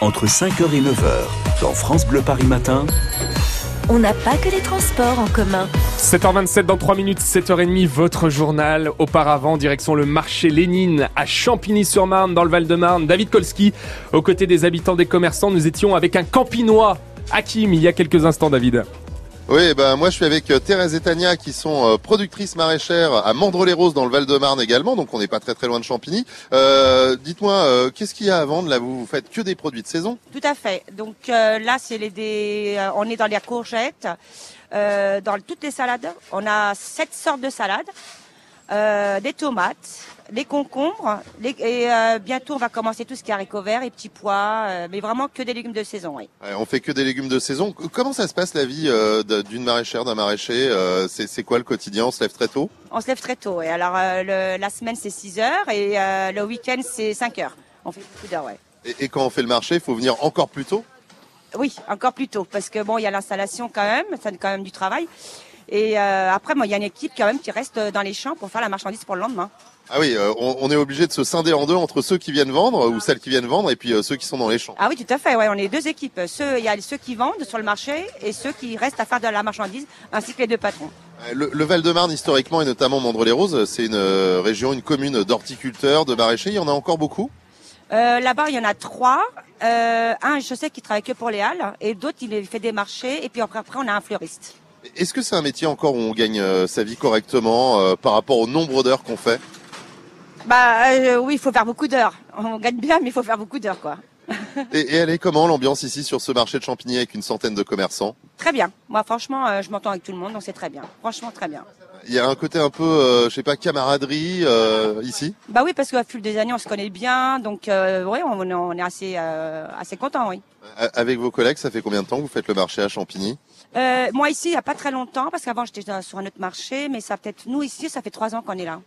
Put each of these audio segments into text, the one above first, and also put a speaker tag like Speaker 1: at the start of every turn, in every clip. Speaker 1: entre 5h et 9h dans France Bleu Paris Matin.
Speaker 2: On n'a pas que les transports en commun.
Speaker 3: 7h27 dans 3 minutes, 7h30, votre journal. Auparavant, direction le marché Lénine à Champigny-sur-Marne, dans le Val-de-Marne. David Kolski, aux côtés des habitants des commerçants, nous étions avec un campinois, Hakim, il y a quelques instants, David.
Speaker 4: Oui, ben moi je suis avec euh, Thérèse et Tania qui sont euh, productrices maraîchères à Mandre-les-Roses dans le Val-de-Marne également, donc on n'est pas très très loin de Champigny. Euh, Dites-moi, euh, qu'est-ce qu'il y a à vendre là Vous faites que des produits de saison
Speaker 5: Tout à fait. Donc euh, là, c'est les des, euh, on est dans les courgettes, euh, dans toutes les salades. On a sept sortes de salades, euh, des tomates, les concombres, les- et euh, bientôt on va commencer tout ce qui est haricots verts et petits pois, euh, mais vraiment que des légumes de saison. Oui.
Speaker 4: Ouais, On fait que des légumes de saison. C- Comment ça se passe la vie euh, d- d'une maraîchère, d'un maraîcher Euh, C'est c'est quoi le quotidien On se lève très tôt
Speaker 5: On se lève très tôt. Et alors euh, le- la semaine c'est 6 heures et euh, le week-end c'est 5 heures. On fait beaucoup d'heures, ouais.
Speaker 4: et, et quand on fait le marché, il faut venir encore plus tôt
Speaker 5: Oui, encore plus tôt, parce que bon, il y a l'installation quand même, ça donne quand même du travail. Et euh, après, moi, il y a une équipe quand même qui reste euh, dans les champs pour faire la marchandise pour le lendemain.
Speaker 4: Ah oui, euh, on, on est obligé de se scinder en deux entre ceux qui viennent vendre euh, ou celles qui viennent vendre et puis euh, ceux qui sont dans les champs.
Speaker 5: Ah oui, tout à fait. Ouais, on est deux équipes. Ceux, il y a ceux qui vendent sur le marché et ceux qui restent à faire de la marchandise, ainsi que les deux patrons.
Speaker 4: Euh, Le, le Val-de-Marne, historiquement, et notamment Mandre-les-Roses, c'est une euh, région, une commune d'horticulteurs, de maraîchers. Il y en a encore beaucoup.
Speaker 5: Euh, Là-bas, il y en a trois. Euh, un, je sais qu'il travaille que pour les halles, et d'autres, il fait des marchés. Et puis après, après, on a un fleuriste.
Speaker 4: Est-ce que c'est un métier encore où on gagne euh, sa vie correctement euh, par rapport au nombre d'heures qu'on fait
Speaker 5: Bah euh, oui, il faut faire beaucoup d'heures. On gagne bien, mais il faut faire beaucoup d'heures, quoi.
Speaker 4: et, et elle est comment l'ambiance ici sur ce marché de Champigny avec une centaine de commerçants
Speaker 5: Très bien. Moi, franchement, euh, je m'entends avec tout le monde, donc c'est très bien. Franchement, très bien.
Speaker 4: Il y a un côté un peu, euh, je sais pas, camaraderie euh, ici.
Speaker 5: Bah oui, parce qu'au fil des années, on se connaît bien, donc euh, ouais, on, est- on est assez euh, assez content, oui.
Speaker 4: A- Avec vos collègues, ça fait combien de temps que vous faites le marché à Champigny
Speaker 5: Euh, moi ici, il y a pas très longtemps, parce qu'avant j'étais dans- sur un autre marché, mais ça peut-être nous ici, ça fait trois ans qu'on est là.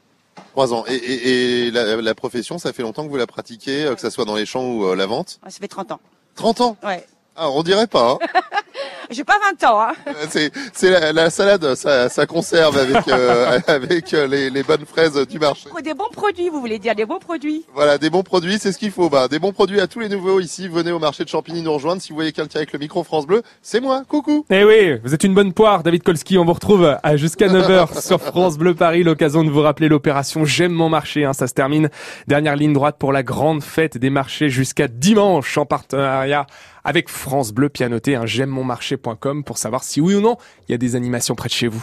Speaker 4: Trois ans. Et, et- et la, la profession, ça fait longtemps que vous la pratiquez, euh, que ça soit dans les champs ou euh, la vente
Speaker 5: Ça fait 30 ans.
Speaker 4: 30 ans
Speaker 5: Ouais.
Speaker 4: ah, On dirait pas. hein.
Speaker 5: J'ai pas 20 ans. Hein.
Speaker 4: C'est c'est la, la salade, ça, ça conserve avec euh, avec euh, les, les bonnes fraises du marché.
Speaker 5: Des bons produits, vous voulez dire des bons produits.
Speaker 4: Voilà, des bons produits, c'est ce qu'il faut. Bah, des bons produits à tous les nouveaux ici. Venez au marché de Champigny nous rejoindre. Si vous voyez quelqu'un avec le micro France Bleu, c'est moi. Coucou.
Speaker 3: Eh oui, vous êtes une bonne poire, David Kolski. On vous retrouve à jusqu'à 9h sur France Bleu Paris. L'occasion de vous rappeler l'opération J'aime mon marché. hein, ça se termine. Dernière ligne droite pour la grande fête des marchés jusqu'à dimanche en partenariat hein. avec France Bleu. Pianoté, un j'aime mon marché.com pour savoir si oui ou non il y a des animations près de chez vous.